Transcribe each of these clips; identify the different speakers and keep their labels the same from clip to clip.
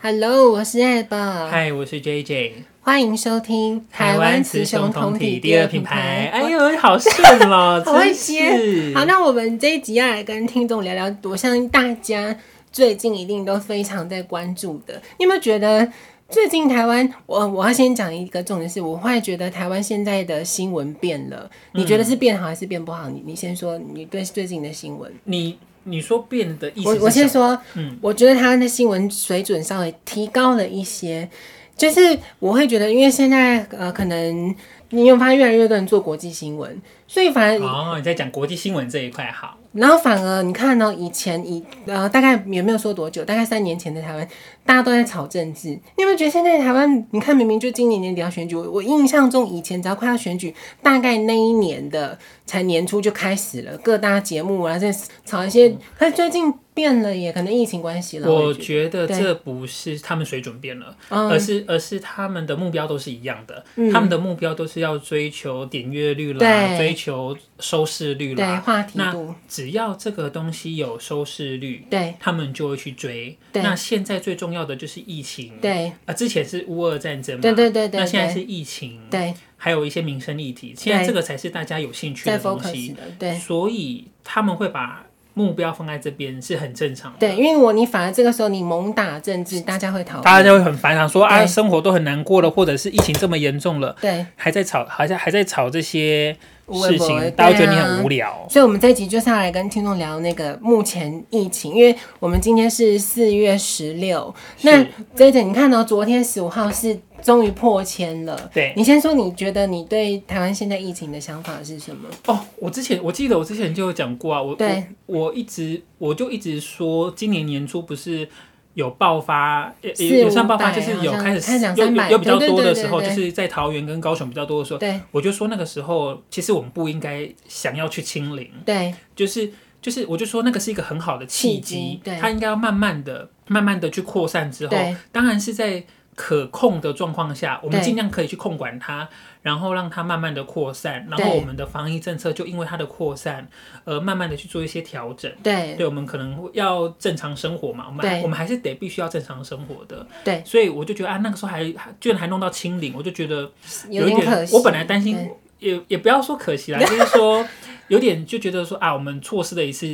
Speaker 1: Hello，我是艾宝，
Speaker 2: 嗨，我是 JJ，
Speaker 1: 欢迎收听
Speaker 2: 台湾雌雄同体第二品牌。哎呦，好顺哦，
Speaker 1: 好会
Speaker 2: 真是
Speaker 1: 接。好，那我们这一集要来跟听众聊聊，我相信大家最近一定都非常在关注的。你有没有觉得最近台湾？我我要先讲一个重点是，我会觉得台湾现在的新闻变了。你觉得是变好还是变不好？你你先说，你对最近的新闻。
Speaker 2: 你你说变的意思
Speaker 1: 我
Speaker 2: 是
Speaker 1: 我先
Speaker 2: 什么
Speaker 1: 说，
Speaker 2: 嗯
Speaker 1: 我觉得台湾的新闻水准稍微提高了一些，就是我会觉得，因为现在呃，可能你有发现越来越多人做国际新闻，所以反而
Speaker 2: 哦，你在讲国际新闻这一块好，
Speaker 1: 然后反而你看哦到以前以呃大概也没有说多久，大概三年前的台湾，大家都在炒政治。你有没有觉得现在台湾？你看明明就今年年底要选举，我我印象中以前只要快要选举，大概那一年的才年初就开始了各大节目啊，在炒一些。可是最近变了耶，可能疫情关系了。
Speaker 2: 嗯我
Speaker 1: 也觉
Speaker 2: 觉得
Speaker 1: 对
Speaker 2: 这不是他们水准变了，
Speaker 1: 嗯
Speaker 2: 而是而是他们的目标都是一样的，他们的目标都是要追求点阅率啦，
Speaker 1: 对
Speaker 2: 追求收视率
Speaker 1: 得对
Speaker 2: 啦。
Speaker 1: 话题
Speaker 2: 那
Speaker 1: 度，
Speaker 2: 只要这个东西有收视率，
Speaker 1: 对
Speaker 2: 他们就会去追。
Speaker 1: 对
Speaker 2: 那现在最重要的就是疫情，
Speaker 1: 对
Speaker 2: 啊，之前是乌俄战争嘛，
Speaker 1: 对对对对
Speaker 2: 那现在
Speaker 1: 对
Speaker 2: 是疫情，
Speaker 1: 对，
Speaker 2: 还有一些民生议题，现在这个才是大家有兴趣
Speaker 1: 在
Speaker 2: 的东
Speaker 1: focus
Speaker 2: 西，
Speaker 1: 的对。
Speaker 2: 所以他们会把目标放在这边是很正常的。
Speaker 1: 对，因为我你反而这个时候你猛打政治，大家会讨
Speaker 2: 大家
Speaker 1: 论。
Speaker 2: 就会很烦，想说啊，
Speaker 1: 对
Speaker 2: 生活都很难过了，或者是疫情这么严重了，
Speaker 1: 对，
Speaker 2: 还在吵，还在还在吵这些
Speaker 1: 无微
Speaker 2: 事
Speaker 1: 不
Speaker 2: 情
Speaker 1: 微，
Speaker 2: 大家会觉得
Speaker 1: 对
Speaker 2: 你
Speaker 1: 啊
Speaker 2: 很无聊。
Speaker 1: 所以，我们这一集就是要来跟听众聊那个目前疫情，因为我们今天是四月十六，那
Speaker 2: 是
Speaker 1: J J，你看到、昨天十五号是终于破千了。
Speaker 2: 对
Speaker 1: 你先说，你觉得你对台湾现在疫情的想法是什么？
Speaker 2: 哦，我之前我记得我之前就有讲过啊，我
Speaker 1: 对
Speaker 2: 我我一直我就一直说，今年年初不是有爆发，也
Speaker 1: 四
Speaker 2: 也也算
Speaker 1: 五
Speaker 2: 爆发，
Speaker 1: 百
Speaker 2: 就是
Speaker 1: 好
Speaker 2: 有
Speaker 1: 像
Speaker 2: 开
Speaker 1: 开始
Speaker 2: 始
Speaker 1: 讲
Speaker 2: 有
Speaker 1: 300
Speaker 2: 有有比较
Speaker 1: 对对
Speaker 2: 多
Speaker 1: 对
Speaker 2: 的
Speaker 1: 对
Speaker 2: 时候，
Speaker 1: 对
Speaker 2: 就是在桃园跟高雄比较多的时候，
Speaker 1: 对
Speaker 2: 我就说那个时候其实我们不应该想要去清零，
Speaker 1: 对
Speaker 2: 就是就是我就说那个是一个很好的契
Speaker 1: 契机
Speaker 2: 机
Speaker 1: 对，
Speaker 2: 它应该要慢慢的、慢慢的去扩散之后
Speaker 1: 对，
Speaker 2: 当然是在可控的状况下，我们
Speaker 1: 对
Speaker 2: 尽量可以去控管它，然后让它慢慢的扩散，然后
Speaker 1: 对
Speaker 2: 我们的防疫政策就因为它的扩散而慢慢的去做一些调整。
Speaker 1: 对
Speaker 2: 对，我们可能会要正常生活嘛，我们
Speaker 1: 对
Speaker 2: 还我们还是得必须要正常生活的，
Speaker 1: 对，
Speaker 2: 所以我就觉得啊，那个时候还还居然还弄到清零，我就觉得有
Speaker 1: 点
Speaker 2: 点
Speaker 1: 可惜。
Speaker 2: 我本来担心
Speaker 1: 对，
Speaker 2: 也也不要说 可惜啦，就是说有点就觉得说啊，我们错失了一次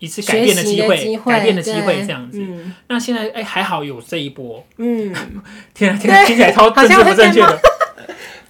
Speaker 2: 一次改变的机
Speaker 1: 学习
Speaker 2: 会，改变的机会
Speaker 1: 对
Speaker 2: 这样子。
Speaker 1: 嗯
Speaker 2: 那现在哎、还好有这一波，
Speaker 1: 嗯，
Speaker 2: 天啊，听
Speaker 1: 对
Speaker 2: 听起来超
Speaker 1: 好
Speaker 2: 政
Speaker 1: 像
Speaker 2: 治
Speaker 1: 会
Speaker 2: 不正确的，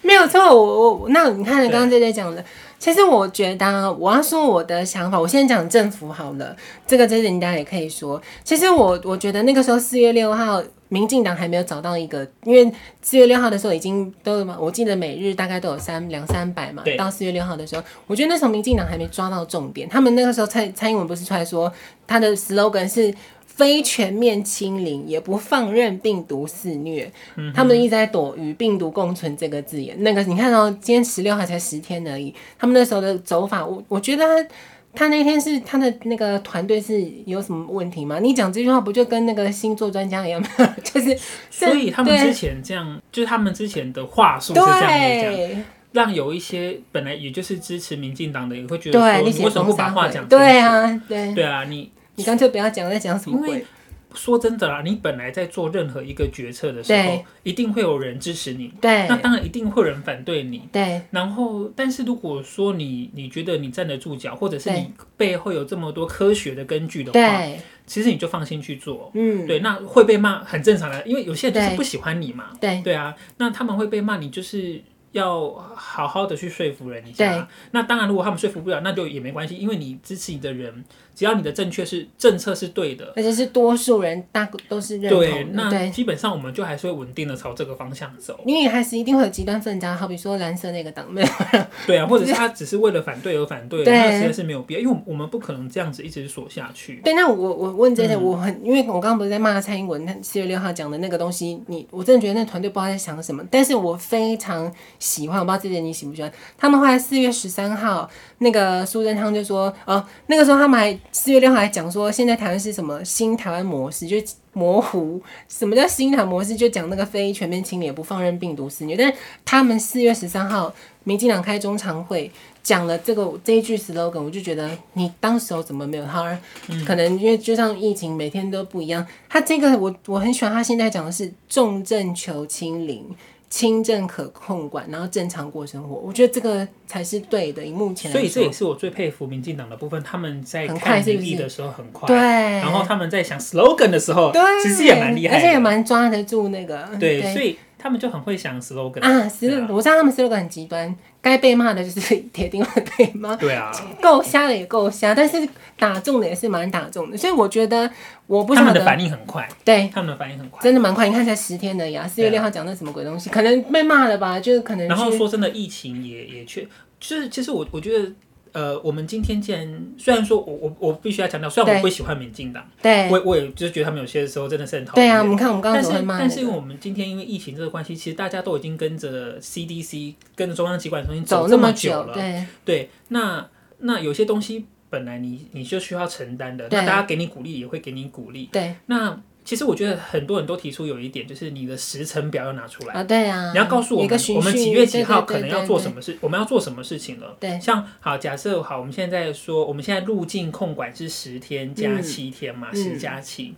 Speaker 1: 没有错，我我那你看了
Speaker 2: 对
Speaker 1: 刚刚这在讲的，其实我觉得啊我要说我的想法，我先讲政府好了，这个这人家也可以说。其实我我觉得那个时候四月六号，民进党还没有找到一个，因为四月六号的时候已经都有嘛，我记得每日大概都有三两三百嘛
Speaker 2: 对，
Speaker 1: 到四月六号的时候，我觉得那时候民进党还没抓到重点，他们那个时候蔡蔡英文不是出来说他的 slogan 是。非全面清零，也不放任病毒肆虐。
Speaker 2: 嗯
Speaker 1: 他们一直在躲与病毒共存这个字眼。那个你看到、今天十六号才十天而已，他们那时候的走法，我我觉得他他那天是他的那个团队是有什么问题吗？你讲这句话不就跟那个星座专家一样吗？ 就是
Speaker 2: 所以他们
Speaker 1: 对
Speaker 2: 之前这样，就是他们之前的话术是这样子讲，
Speaker 1: 对
Speaker 2: 让有一些本来也就是支持民进党的，也会觉得
Speaker 1: 对，
Speaker 2: 说
Speaker 1: 你
Speaker 2: 你为
Speaker 1: 写
Speaker 2: 什么
Speaker 1: 封
Speaker 2: 不把
Speaker 1: 杀
Speaker 2: 话
Speaker 1: 会
Speaker 2: 讲？
Speaker 1: 对，啊，对，
Speaker 2: 对啊，你
Speaker 1: 你干脆不要讲在讲什么
Speaker 2: 因为
Speaker 1: 鬼，
Speaker 2: 说真的啦，你本来在做任何一个决策的时
Speaker 1: 对
Speaker 2: 候，一定会有人支持你，
Speaker 1: 对
Speaker 2: 那当然一定会有人反对你。
Speaker 1: 对
Speaker 2: 然后，但是如果说你你觉得你站得住脚，或者是
Speaker 1: 对
Speaker 2: 你背后有这么多科学的根据的话，
Speaker 1: 对，
Speaker 2: 其实你就放心去做。
Speaker 1: 嗯，
Speaker 2: 对，那会被骂很正常的，啊因为有些人就
Speaker 1: 对
Speaker 2: 是不喜欢你嘛。
Speaker 1: 对
Speaker 2: 对啊，那他们会被骂，你就是要好好的去说服人一下。那当然，如果他们说服不了，那就也没关系，因为你支持你的人，只要你的正确是政策是对的，
Speaker 1: 而且是多数人大都是认
Speaker 2: 对，
Speaker 1: 同的，
Speaker 2: 那
Speaker 1: 对。
Speaker 2: 基本上我们就还是会稳定的朝这个方向走。
Speaker 1: 因为还是一定会有极端分啊家，好比说蓝色那个党，没有
Speaker 2: 对啊，或者是他只是为了反对而反对，
Speaker 1: 对
Speaker 2: 那实在是没有必要，因为我我们不可能这样子一直锁下去。
Speaker 1: 对，那我我问这些，我很因为我刚刚不是在骂蔡英文，他四月六号讲的那个东西，你我真的觉得那团队不知道在想什么，但是我非常喜欢，我不知道这些你喜不喜欢。他们后来四月十三号，那个苏贞昌就说，哦，那个时候他们还四月六号还讲说，现在台湾是什么新台湾模式，就模糊什么叫新台湾模式，就讲那个非全面清理，也不放任病毒肆虐。但是他们四月十三号，民进党开中常会。讲了这个这一句 slogan，我就觉得你当时候怎么没有他？而
Speaker 2: 嗯
Speaker 1: 可能因为就像疫情每天都不一样，他这个我我很喜欢他现在讲的是重症求清零。轻症可控管，然后正常过生活，我觉得这个才是对的。以目前来
Speaker 2: 所
Speaker 1: 说，
Speaker 2: 以这也是我最佩服民进党的部分，他们在
Speaker 1: 很快
Speaker 2: 看
Speaker 1: 是
Speaker 2: 民
Speaker 1: 不
Speaker 2: 意
Speaker 1: 是
Speaker 2: 的时候很快，
Speaker 1: 对，
Speaker 2: 然后他们在想 slogan 的时候，
Speaker 1: 对，
Speaker 2: 其实也蛮厉害
Speaker 1: 而且也
Speaker 2: 的，
Speaker 1: 蛮抓得住那个。
Speaker 2: 对，所以他们就很会想 slogan，
Speaker 1: 啊，思
Speaker 2: 对
Speaker 1: 路
Speaker 2: 啊
Speaker 1: 我知道他们思路很极端，该被骂的就是铁定会被骂，
Speaker 2: 对啊，
Speaker 1: 够瞎的也够瞎，但是打中的也是蛮打中的，所以我觉得我不
Speaker 2: 他
Speaker 1: 晓
Speaker 2: 们的
Speaker 1: 得，
Speaker 2: 反应很快，
Speaker 1: 对，
Speaker 2: 他们的反应很快。
Speaker 1: 真的蛮快，你看才十天而已啊，四月
Speaker 2: 对
Speaker 1: 六
Speaker 2: 啊
Speaker 1: 号讲那什么鬼东西，可能被骂了吧，就是可能
Speaker 2: 然后
Speaker 1: 去
Speaker 2: 说真的，疫情也也确，就是其实我我觉得，呃，我们今天既然虽然说我我我必须要强调，虽然我
Speaker 1: 对
Speaker 2: 不喜欢民进党，
Speaker 1: 对
Speaker 2: 我我也就是觉得他们有些时候真的是很讨
Speaker 1: 对
Speaker 2: 厌。
Speaker 1: 啊，我们看我们刚刚
Speaker 2: 但
Speaker 1: 怎
Speaker 2: 是
Speaker 1: 么会骂
Speaker 2: 但是
Speaker 1: 那个
Speaker 2: 我们今天因为疫情这个关系，其实大家都已经跟着 CDC 跟着中央疾管中心
Speaker 1: 走
Speaker 2: 这
Speaker 1: 么
Speaker 2: 久了，
Speaker 1: 对
Speaker 2: 对，那那有些东西本来你你就需要承担的，
Speaker 1: 对
Speaker 2: 那大家给你鼓励也会给你鼓励。
Speaker 1: 对
Speaker 2: 那其实我觉得很多人都提出有一点，就是你的时程表要拿出来。
Speaker 1: 啊对啊，
Speaker 2: 你要告诉我
Speaker 1: 有一个
Speaker 2: 们，
Speaker 1: 循
Speaker 2: 我们
Speaker 1: 序
Speaker 2: 几月几号
Speaker 1: 对对
Speaker 2: 可能
Speaker 1: 对
Speaker 2: 要
Speaker 1: 对
Speaker 2: 做什么事，我们要做什么事情了。
Speaker 1: 对
Speaker 2: 像好，假设好，我们现在说，我们现在入境控管是十天加
Speaker 1: 嗯
Speaker 2: 七天嘛，
Speaker 1: 嗯
Speaker 2: 十、加七。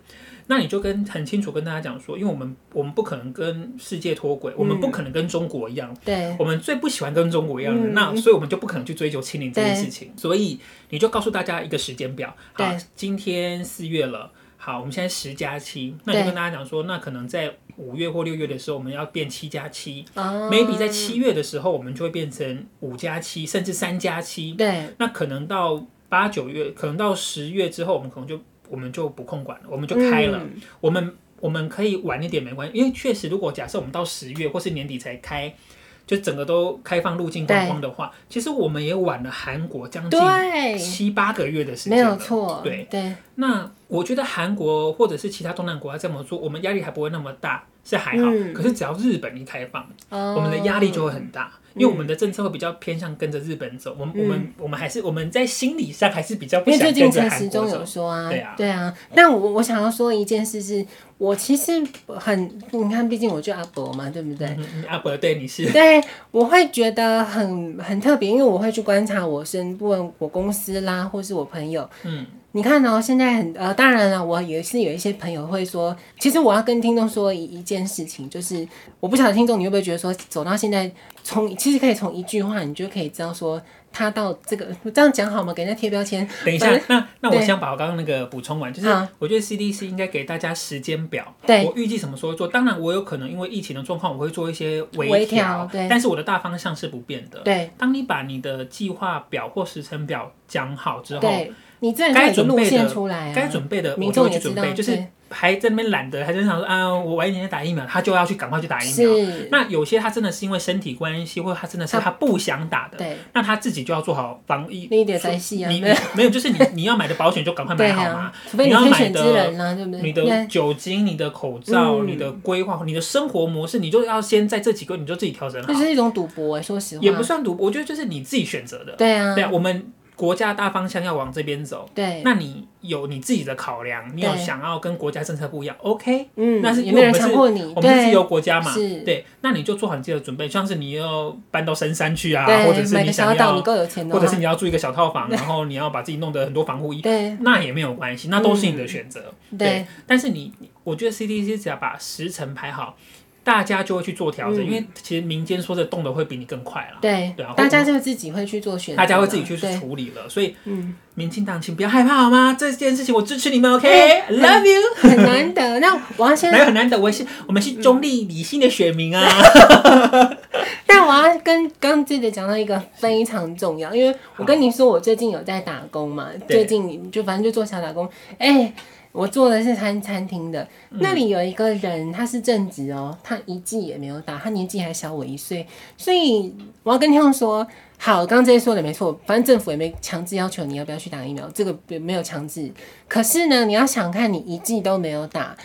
Speaker 2: 那你就跟很清楚跟大家讲说，因为我们我们不可能跟世界脱
Speaker 1: 嗯
Speaker 2: 轨，我们不可能跟中国一样，
Speaker 1: 对
Speaker 2: 我们最不喜欢跟中国一样的，
Speaker 1: 嗯
Speaker 2: 那所以我们就不可能去追求清零这件
Speaker 1: 对
Speaker 2: 事情。所以你就告诉大家一个时间表，好
Speaker 1: 对，
Speaker 2: 今天四月了。好，我们现在十加七，那你就
Speaker 1: 对
Speaker 2: 跟大家讲说，那可能在五月或六月的时候，我们要变七加七，
Speaker 1: 啊
Speaker 2: maybe 在七月的时候，我们就会变成五加七，甚至三加七。
Speaker 1: 对
Speaker 2: 那可能到八九月，可能到十月之后，我们可能就我们就不控管了，我们就开了。
Speaker 1: 嗯
Speaker 2: 我们我们可以晚一点没关系，因为确实，如果假设我们到十月或是年底才开，就整个都开放入境观光的话，其实我们也晚了韩国将近
Speaker 1: 嗯对，
Speaker 2: 七八个月的时间。
Speaker 1: 没有。错，
Speaker 2: 对
Speaker 1: 对
Speaker 2: 那我觉得韩国或者是其他东南国家这么做，我们压力还不会那么大，是还好。
Speaker 1: 嗯哦
Speaker 2: 可是只要日本一开放，
Speaker 1: 我
Speaker 2: 我们的压力就会很大，
Speaker 1: 嗯
Speaker 2: 因为我们的政策会比较偏向跟着日本走。我们、我们我们还是我们在心理上还是比较不
Speaker 1: 因为
Speaker 2: 想
Speaker 1: 最
Speaker 2: 跟
Speaker 1: 近
Speaker 2: 着
Speaker 1: 陈
Speaker 2: 韩
Speaker 1: 时
Speaker 2: 国
Speaker 1: 中
Speaker 2: 走
Speaker 1: 有。说啊，
Speaker 2: 对啊
Speaker 1: 但我我想要说一件事是，我其实很，你看，毕竟我就阿伯嘛，对不 对？
Speaker 2: 嗯嗯啊，不对，你是
Speaker 1: 对，我会觉得很很特别，因为我会去观察我身，不管我公司啦，或是我朋友，
Speaker 2: 嗯，
Speaker 1: 你看哦，现在很呃，当然了，我也是有一些朋友会说，其实我要跟听众说一一件事情，就是我不晓得听众你会不会觉得说，走到现在，从其实可以从一句话，你就可以知道说他到这个，这样讲好吗？给人家贴标签，
Speaker 2: 等一下，那那我
Speaker 1: 对
Speaker 2: 想把我刚刚那个补充完，就是
Speaker 1: 好
Speaker 2: 我觉得 CDC 应该给大家时间表，
Speaker 1: 对
Speaker 2: 我预计什么时候做。当然，我有可能因为疫情的状况，我会做一些
Speaker 1: 微
Speaker 2: 调
Speaker 1: 调，对
Speaker 2: 但是我的大方向是不变的。
Speaker 1: 对
Speaker 2: 当你把你的计划表或时程表讲好之后，
Speaker 1: 对，你自然
Speaker 2: 该
Speaker 1: 会有个
Speaker 2: 准
Speaker 1: 路
Speaker 2: 备
Speaker 1: 线
Speaker 2: 的
Speaker 1: 出来啊，
Speaker 2: 该准备的我
Speaker 1: 民
Speaker 2: 就
Speaker 1: 众
Speaker 2: 会去
Speaker 1: 也知
Speaker 2: 准
Speaker 1: 道
Speaker 2: 备，就是
Speaker 1: 对
Speaker 2: 还在那边懒得，还在想说啊，我晚一点再打疫苗，他就要去赶快去打疫苗。
Speaker 1: 是，
Speaker 2: 那有些他真的是因为身体关系，或者他真的是
Speaker 1: 他
Speaker 2: 他不想打的，
Speaker 1: 对，
Speaker 2: 那他自己就要做好防疫。
Speaker 1: 你得在戏啊，
Speaker 2: 你
Speaker 1: 没
Speaker 2: 你
Speaker 1: 有
Speaker 2: 没有，就是你你要买的保险就赶快
Speaker 1: 对
Speaker 2: 买好嘛
Speaker 1: 啊，，除非
Speaker 2: 你
Speaker 1: 你
Speaker 2: 要
Speaker 1: 天
Speaker 2: 买
Speaker 1: 选
Speaker 2: 的
Speaker 1: 之人啊，对不对？
Speaker 2: 你
Speaker 1: 对
Speaker 2: 的酒精、你的口罩、
Speaker 1: 嗯
Speaker 2: 你的规划、你的生活模式，你就要先在这几个你就自己调整
Speaker 1: 这
Speaker 2: 好，
Speaker 1: 是一种赌博欸，说实话，
Speaker 2: 也不算赌博，我觉得就是你自己选择的。
Speaker 1: 对啊
Speaker 2: 对，啊，我们国家大方向要往这边走，
Speaker 1: 对，
Speaker 2: 那你有你自己的考量，你有
Speaker 1: 对
Speaker 2: 想要跟国家政策不一样，OK？
Speaker 1: 嗯，
Speaker 2: 那是
Speaker 1: 也
Speaker 2: 因
Speaker 1: 没
Speaker 2: 为
Speaker 1: 有人
Speaker 2: 我们
Speaker 1: 强
Speaker 2: 是
Speaker 1: 迫你，
Speaker 2: 我们是自
Speaker 1: 对
Speaker 2: 由国家嘛，
Speaker 1: 是
Speaker 2: 对，那你就做好你自己的准备，像是你要搬到深山去啊，
Speaker 1: 对，
Speaker 2: 或者是
Speaker 1: 买
Speaker 2: 你
Speaker 1: 个
Speaker 2: 想
Speaker 1: 小岛，你
Speaker 2: 要，
Speaker 1: 够有钱的哦
Speaker 2: 或
Speaker 1: 话，
Speaker 2: 者是你要住一个小套房，然后你要把自己弄得很多防护衣，
Speaker 1: 对
Speaker 2: 那也没有关系，那都是你的选择。
Speaker 1: 嗯对，
Speaker 2: 但是你，你我觉得 CDC 只要把时程排好，大家就会去做调整，
Speaker 1: 嗯
Speaker 2: 因为其实民间说的动的会比你更快了，
Speaker 1: 对
Speaker 2: 对啊，
Speaker 1: 大家就自己会去做选择嘛，
Speaker 2: 大家会自己去
Speaker 1: 对，
Speaker 2: 处理了，所以
Speaker 1: 嗯，
Speaker 2: 民进党请不要害怕好吗？这件事情我支持你们
Speaker 1: 哎
Speaker 2: ，OK，love、you。
Speaker 1: 很难得。那我要先
Speaker 2: 哪有很难得？我是我们是中立理性的选民啊。
Speaker 1: 嗯但我要跟刚刚记者讲到一个非常重要，因为我跟你说，我最近有在打工嘛，
Speaker 2: 对
Speaker 1: 最近就反正就做小打工。哎、我做的是餐餐厅的，那里有一个人，他是正职哦，他一季也没有打，他年纪还小我一岁，所以我要跟听众说，好，刚刚这些说的没错，反正政府也没强制要求你要不要去打疫苗，这个不没有强制。可是呢，你要想看你一季都没有打，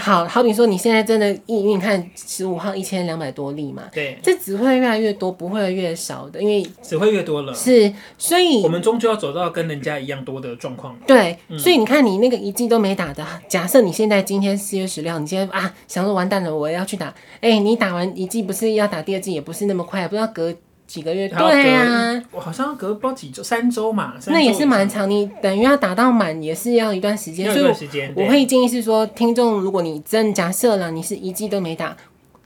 Speaker 1: 好好比说你现在真的疫，因为你看十五号一千两百多例嘛，
Speaker 2: 对，
Speaker 1: 这只会越来越多，不会越少的，因为
Speaker 2: 只会越多了。
Speaker 1: 是，所以
Speaker 2: 嗯我们嗯终究要走到跟人家一样多的状况了。
Speaker 1: 对，所以你看你那个一剂都没打的，假设你现在今天四月十六，你今天啊想说完蛋了，我要去打，哎、你打完一剂不是要打第二剂，也不是那么快，不知道隔几个月，
Speaker 2: 还要
Speaker 1: 对
Speaker 2: 隔
Speaker 1: 啊
Speaker 2: 一，，我好像要隔不知道几周，三周嘛，三
Speaker 1: 那也
Speaker 2: 周
Speaker 1: 是
Speaker 2: 以
Speaker 1: 蛮
Speaker 2: 上
Speaker 1: 长，你等于要达到满也是要一段时间，
Speaker 2: 要
Speaker 1: 所
Speaker 2: 一
Speaker 1: 以
Speaker 2: 段
Speaker 1: 我
Speaker 2: 时间。
Speaker 1: 我
Speaker 2: 对
Speaker 1: 会建议是说，听众，如果你真假设了你是一剂都没打，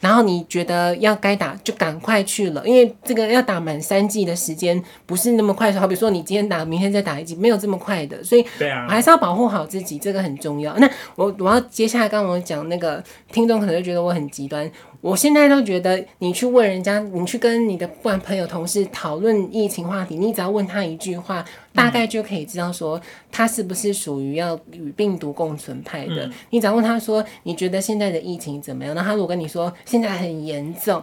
Speaker 1: 然后你觉得要该打就赶快去了，因为这个要打满三剂的时间不是那么快的。好比说你今天打，明天再打一剂，没有这么快的，所以
Speaker 2: 对啊，
Speaker 1: 还是要保护好自己，这个很重要。那我我要接下来刚刚我讲那个听众可能就觉得我很极端，我现在都觉得你去问人家，你去跟你的不管朋友同事讨论疫情话题，你只要问他一句话，大概就可以知道说他是不是属于要与病毒共存派的。你只要问他说你觉得现在的疫情怎么样，那他如果跟你说现在很严重，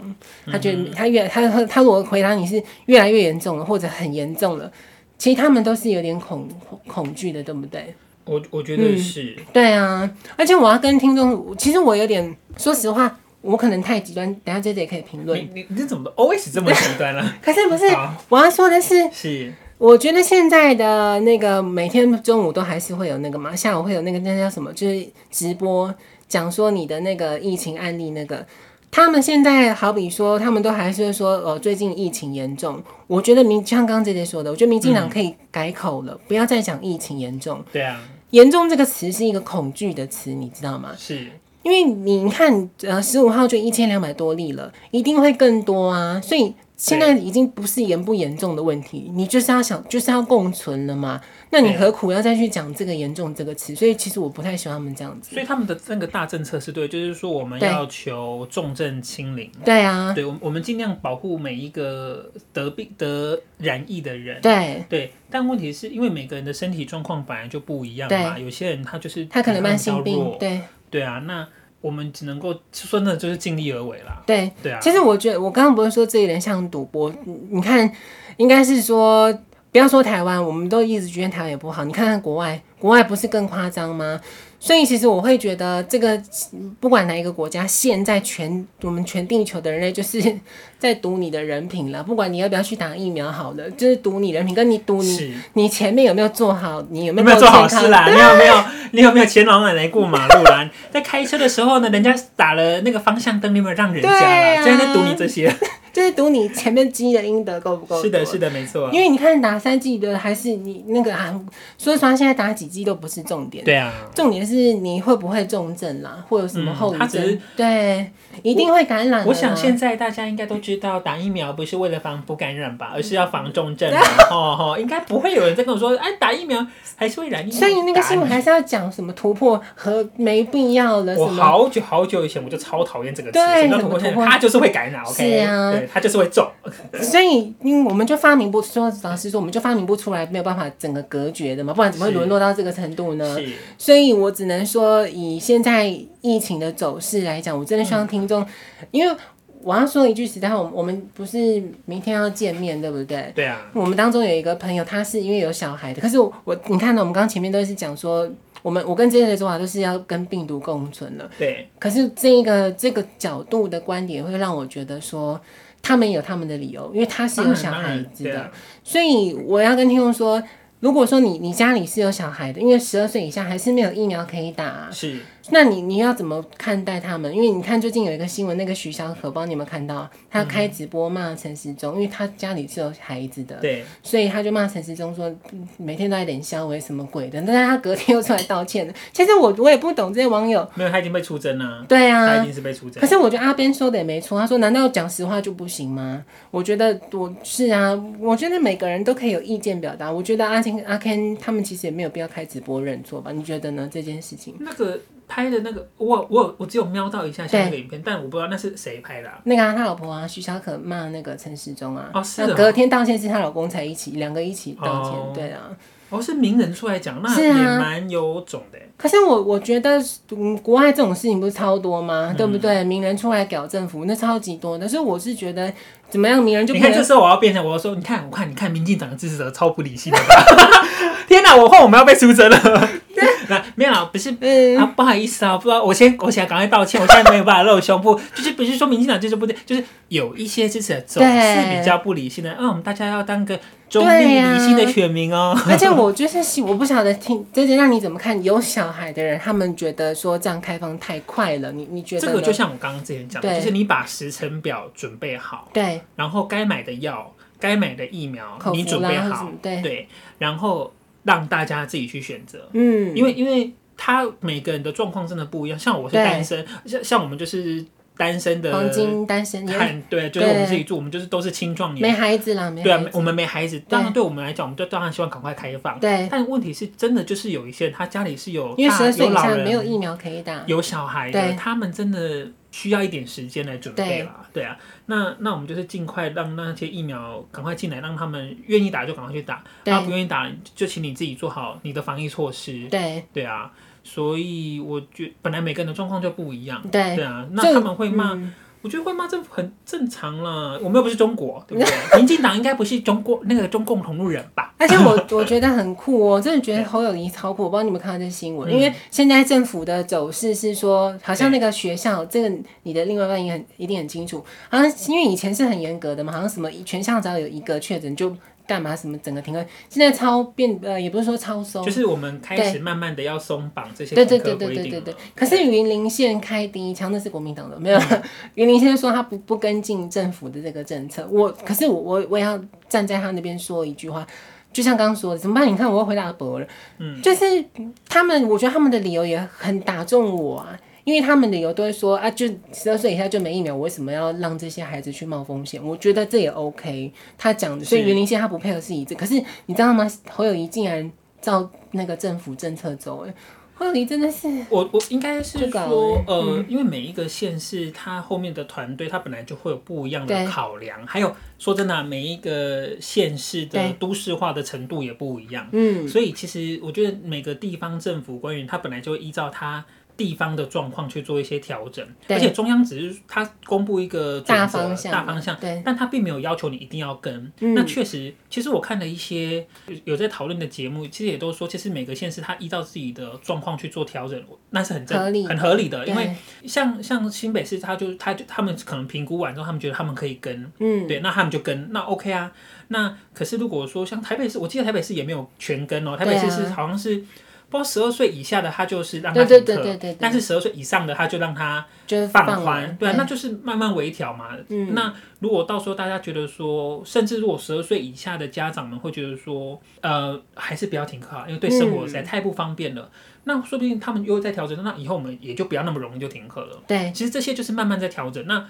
Speaker 1: 他觉得他越他他他如果回答你是越来越严重了或者很严重了。其实他们都是有点恐恐惧的，对不对？
Speaker 2: 我我觉
Speaker 1: 嗯
Speaker 2: 得是，
Speaker 1: 对啊，而且我要跟听众，其实我有点，说实话，我可能太极端，等一下 J J 可以评论。
Speaker 2: 你你你这怎么 always 这么极端了、
Speaker 1: 可 是不是
Speaker 2: 好，
Speaker 1: 我要说的是，
Speaker 2: 是，
Speaker 1: 我觉得现在的那个每天中午都还是会有那个嘛，下午会有那个那叫什么，就是直播讲说你的那个疫情案例那个。他们现在好比说，他们都还是会说，呃，最近疫情严重。我觉得民像刚刚 J J 说的，我觉得民进党可以改口了，不要再讲疫情严重。
Speaker 2: 对啊，
Speaker 1: 严重这个词是一个恐惧的词，你知道吗？
Speaker 2: 是，
Speaker 1: 因为你看，呃，十五号就一千两百多例了，一定会更多啊。所以现在已经不是严不严重的问题，你就是要想，就是要共存了嘛。那你
Speaker 2: 对
Speaker 1: 何苦要再去讲这个严重这个词？所以其实我不太喜欢他们这样子
Speaker 2: 所。以他们的那个大政策是对，就是说我们
Speaker 1: 对
Speaker 2: 要求重症清零，
Speaker 1: 对啊，
Speaker 2: 对，我们我们尽量保护每一个得病得染疫的人。
Speaker 1: 对，
Speaker 2: 对，但问题是因为每个人的身体状况本来就不一样嘛，有些人他就是
Speaker 1: 他可能慢
Speaker 2: 抵抗
Speaker 1: 性
Speaker 2: 力比较
Speaker 1: 病
Speaker 2: 弱，
Speaker 1: 对
Speaker 2: 对啊，那我们只能够说那就是尽力而为啦，
Speaker 1: 对。
Speaker 2: 对啊，
Speaker 1: 其实我觉得，我刚刚不是说这有点像赌博，嗯你看，应该是说，不要说台湾，我们都一直觉得台湾也不好。你看看国外，国外不是更夸张吗？所以其实我会觉得，这个嗯不管哪一个国家，现在全我们全地球的人类就是 在赌你的人品了。不管你要不要去打疫苗，好了，就是赌你人品，跟你赌你
Speaker 2: 是。
Speaker 1: 你前面有没有做好，你有没有
Speaker 2: 有没有
Speaker 1: 够
Speaker 2: 做好
Speaker 1: 健
Speaker 2: 事
Speaker 1: 康
Speaker 2: 啦？你有没有你有没有前老奶奶过马路啦？在开车的时候呢，人家打了那个方向灯，你有没有让人家
Speaker 1: 对
Speaker 2: 啦？
Speaker 1: 啊
Speaker 2: 竟然在赌你这些，
Speaker 1: 就是赌你前面积的阴德够不够。
Speaker 2: 是的，是的，没错。
Speaker 1: 因为你看打三剂的还是你那个啊，说实话，现在打几剂都不是重点，
Speaker 2: 对啊，
Speaker 1: 重点是你会不会重症啦，会有什么后
Speaker 2: 嗯
Speaker 1: 遗
Speaker 2: 他只
Speaker 1: 症？
Speaker 2: 是
Speaker 1: 对，一定会感染的啦。
Speaker 2: 我想现在大家应该都知道，打疫苗不是为了防不感染吧，而是要防重症 吧。哦吼，应该不会有人在跟我说，哎，打疫苗还是会染疫。
Speaker 1: 所以那个新闻
Speaker 2: 打疫
Speaker 1: 还是要讲什么突破和没必要的
Speaker 2: 苗。
Speaker 1: 什
Speaker 2: 我
Speaker 1: 么。
Speaker 2: 好久好久以前我就超讨厌这个词，
Speaker 1: 对
Speaker 2: 什么叫突破
Speaker 1: 怎么
Speaker 2: 性
Speaker 1: 突破
Speaker 2: 他就是会感染
Speaker 1: 是
Speaker 2: ，OK，
Speaker 1: 啊
Speaker 2: 对，他就是会中，
Speaker 1: 所以，因为我们就发明不说，老实说，我们就发明不出来，没有办法整个隔绝的嘛，不然怎么会
Speaker 2: 是
Speaker 1: 沦落到这个程度呢？
Speaker 2: 是
Speaker 1: 所以我只能说，以现在疫情的走势来讲，我真的
Speaker 2: 嗯
Speaker 1: 希望听众，因为我要说一句实在话，我们我们不是明天要见面，对不对？
Speaker 2: 对啊，
Speaker 1: 我们当中有一个朋友，他是因为有小孩的，可是我我你看到我们刚刚前面都是讲说，我们我跟这些的做法都是要跟病毒共存了，
Speaker 2: 对，
Speaker 1: 可是这一个这个角度的观点会让我觉得说，他们有他们的理由，因为他是
Speaker 2: 当
Speaker 1: 有
Speaker 2: 然
Speaker 1: 小
Speaker 2: 当
Speaker 1: 孩
Speaker 2: 然，
Speaker 1: 子
Speaker 2: 对
Speaker 1: 的
Speaker 2: 啊，，
Speaker 1: 所以我要跟听众说，如果说你你家里是有小孩的，因为十二岁以下还是没有疫苗可以打、
Speaker 2: 啊是
Speaker 1: 那你你要怎么看待他们？因为你看最近有一个新闻，那个徐小可，不知道你有没有看到，他开直播骂陈时中，因为他家里是有孩子的，
Speaker 2: 对。
Speaker 1: 所以他就骂陈时中说嗯每天都在脸消为什么鬼的，但是他隔天又出来道歉了。其实我我也不懂这些网友，
Speaker 2: 没有，他已经被出征了。
Speaker 1: 对
Speaker 2: 他
Speaker 1: 啊
Speaker 2: 一，定是被出征
Speaker 1: 可。是我觉得阿边说的也没错，他说难道讲实话就不行吗？我觉得我是啊，我觉得每个人都可以有意见表达。我觉得阿金阿 Ken 他们其实也没有必要开直播认错吧？你觉得呢？这件事情，
Speaker 2: 那个拍的那个，我我我只有瞄到一下下那个影片，但我不知道那是谁拍的啊、
Speaker 1: 那个、啊、他老婆啊，徐小可骂那个陈时中啊，
Speaker 2: 哦是
Speaker 1: 那
Speaker 2: 哦
Speaker 1: 隔天道歉是她老公才一起，两个一起道歉，
Speaker 2: 哦
Speaker 1: 对啊。
Speaker 2: 哦，是名人出来讲，那
Speaker 1: 是
Speaker 2: 也
Speaker 1: 啊
Speaker 2: 蛮有种的欸。
Speaker 1: 可是我我觉得，嗯，国外这种事情不是超多吗？对不
Speaker 2: 嗯
Speaker 1: 对？名人出来搞政府，那超级多的。所以我是觉得，怎么样，名人就
Speaker 2: 你
Speaker 1: 不
Speaker 2: 看，这
Speaker 1: 能
Speaker 2: 时候我要变成我要说，你看，我看，你 看，民进党的支持者超不理性的吧？天哪，我换我们要被出征了。那没有啦，不是
Speaker 1: 嗯，
Speaker 2: 啊，不好意思啊，不知道，我先我想赶快道歉，我现在没有办法露胸部，就是不是说民进党就是不对，就是有一些支持者总是
Speaker 1: 对
Speaker 2: 比较不理性的，嗯，我们大家要当个中立
Speaker 1: 对啊呀
Speaker 2: 理性的选民哦。
Speaker 1: 而且我就是喜，我不晓得听，这是让你怎么看？有小孩的人，他们觉得说这样开放太快了，你你觉得
Speaker 2: 这
Speaker 1: 呢？
Speaker 2: 个就像我刚刚之前讲的，
Speaker 1: 对
Speaker 2: 就是你把时程表准备好，
Speaker 1: 对
Speaker 2: 然后该买的药、该买的疫苗
Speaker 1: 口
Speaker 2: 你
Speaker 1: 服
Speaker 2: 准
Speaker 1: 啦，
Speaker 2: 备
Speaker 1: 或者什
Speaker 2: 好
Speaker 1: 么，对，
Speaker 2: 对，然后让大家自己去选择。
Speaker 1: 嗯，
Speaker 2: 因为因为他每个人的状况真的不一样，像我是
Speaker 1: 对
Speaker 2: 单身，像像我们就是单身的
Speaker 1: 黄金单身也
Speaker 2: 看，对，就是我们
Speaker 1: 对
Speaker 2: 自己住，我们就是都是青壮
Speaker 1: 没
Speaker 2: 年，
Speaker 1: 孩子啦，没
Speaker 2: 对啊，
Speaker 1: 孩
Speaker 2: 没
Speaker 1: 子，
Speaker 2: 我们没孩子，当然对我们来讲，我们就当然希望赶快开放。
Speaker 1: 对，
Speaker 2: 但问题是，真的就是有一些人，他家里是有
Speaker 1: 因为十
Speaker 2: 大
Speaker 1: 二岁
Speaker 2: 有
Speaker 1: 以
Speaker 2: 老
Speaker 1: 下没有
Speaker 2: 人、
Speaker 1: 疫苗可以打，
Speaker 2: 有小孩
Speaker 1: 对
Speaker 2: 的，他们真的需要一点时间来准备
Speaker 1: 对
Speaker 2: 啦。对啊，那那我们就是尽快让那些疫苗赶快进来，让他们愿意打就赶快去打，啊
Speaker 1: 对
Speaker 2: 然后不愿意打就请你自己做好你的防疫措施。
Speaker 1: 对
Speaker 2: 对啊，所以我觉本来每个人的状况就不一样。
Speaker 1: 对，
Speaker 2: 对啊，那
Speaker 1: 这
Speaker 2: 他们会骂，
Speaker 1: 嗯
Speaker 2: 我觉得会骂政府很正常啦。我们又不是中国，对不对？民进党应该不是中国那个中共同路人吧？
Speaker 1: 而且我我觉得很酷哦，真的觉得侯友谊超酷。我不知道你们看到这新闻，因为现在政府的走势是说，好像那个学校，这个你的另外一半也很一定很清楚，好像因为以前是很严格的嘛，好像什么全校只要有一个确诊就干嘛什么整个停课，现在超变呃也不是说超松
Speaker 2: 就。是我们开始慢慢的要松绑这些
Speaker 1: 对对
Speaker 2: 政
Speaker 1: 对
Speaker 2: 策
Speaker 1: 对
Speaker 2: 规
Speaker 1: 对对
Speaker 2: 定哎
Speaker 1: 对
Speaker 2: 了。，
Speaker 1: 可是云林县开第一枪，那是国民党的，没有。
Speaker 2: 嗯
Speaker 1: 云林县说他不不跟进政府的这个政策，我可是我我我也要站在他那边说一句话，就像刚刚说的，怎么办？你看我又回答博了，嗯，就是他们，我觉得他们的理由也很打中我啊。因为他们的理由都会说啊，就十二岁以下就没疫苗，我为什么要让这些孩子去冒风险？我觉得这也 OK。他讲的，所以
Speaker 2: 是
Speaker 1: 云林县他不配合是一致。可是你知道吗？侯友谊竟然照那个政府政策走、哎，侯友谊真的是
Speaker 2: 我我应该是
Speaker 1: 这个嗯
Speaker 2: 说，呃，因为每一个县市它后面的团队，它本来就会有不一样的
Speaker 1: 对
Speaker 2: 考量，还有说真的啊、每一个县市的
Speaker 1: 对
Speaker 2: 都市化的程度也不一样。
Speaker 1: 嗯，
Speaker 2: 所以其实我觉得每个地方政府官员他本来就会依照他地方的状况去做一些调整，
Speaker 1: 对
Speaker 2: 而且中央只是他公布一个
Speaker 1: 大
Speaker 2: 准则
Speaker 1: 方向
Speaker 2: 大方向，
Speaker 1: 对
Speaker 2: 但他并没有要求你一定要跟。
Speaker 1: 嗯
Speaker 2: 那确实，其实我看了一些有有在讨论的节目，其实也都说，其实每个县市他依照自己的状况去做调整，那是很正
Speaker 1: 合理
Speaker 2: 很合理的。
Speaker 1: 对
Speaker 2: 因为像像新北市，他就他就他们可能评估完之后，他们觉得他们可以跟，
Speaker 1: 嗯，
Speaker 2: 对，那他们就跟，那 OK 啊。那可是如果说像台北市，我记得台北市也没有全跟哦，台北市
Speaker 1: 对啊
Speaker 2: 是好像是。不知道十二岁以下的他就是让他
Speaker 1: 对
Speaker 2: 停课，
Speaker 1: 对对对对对
Speaker 2: 但是十二岁以上的他就让他
Speaker 1: 就是
Speaker 2: 放
Speaker 1: 宽
Speaker 2: 宽，，对啊，那就是慢慢微调嘛。
Speaker 1: 嗯
Speaker 2: 那如果到时候大家觉得说，甚至如果十二岁以下的家长们会觉得说，呃，还是不要停课啊，因为对生活实在太不方便了。那说不定他们又在调整，那以后我们也就不要那么容易就停课了。哎
Speaker 1: 对
Speaker 2: 其实这些就是慢慢在调整。那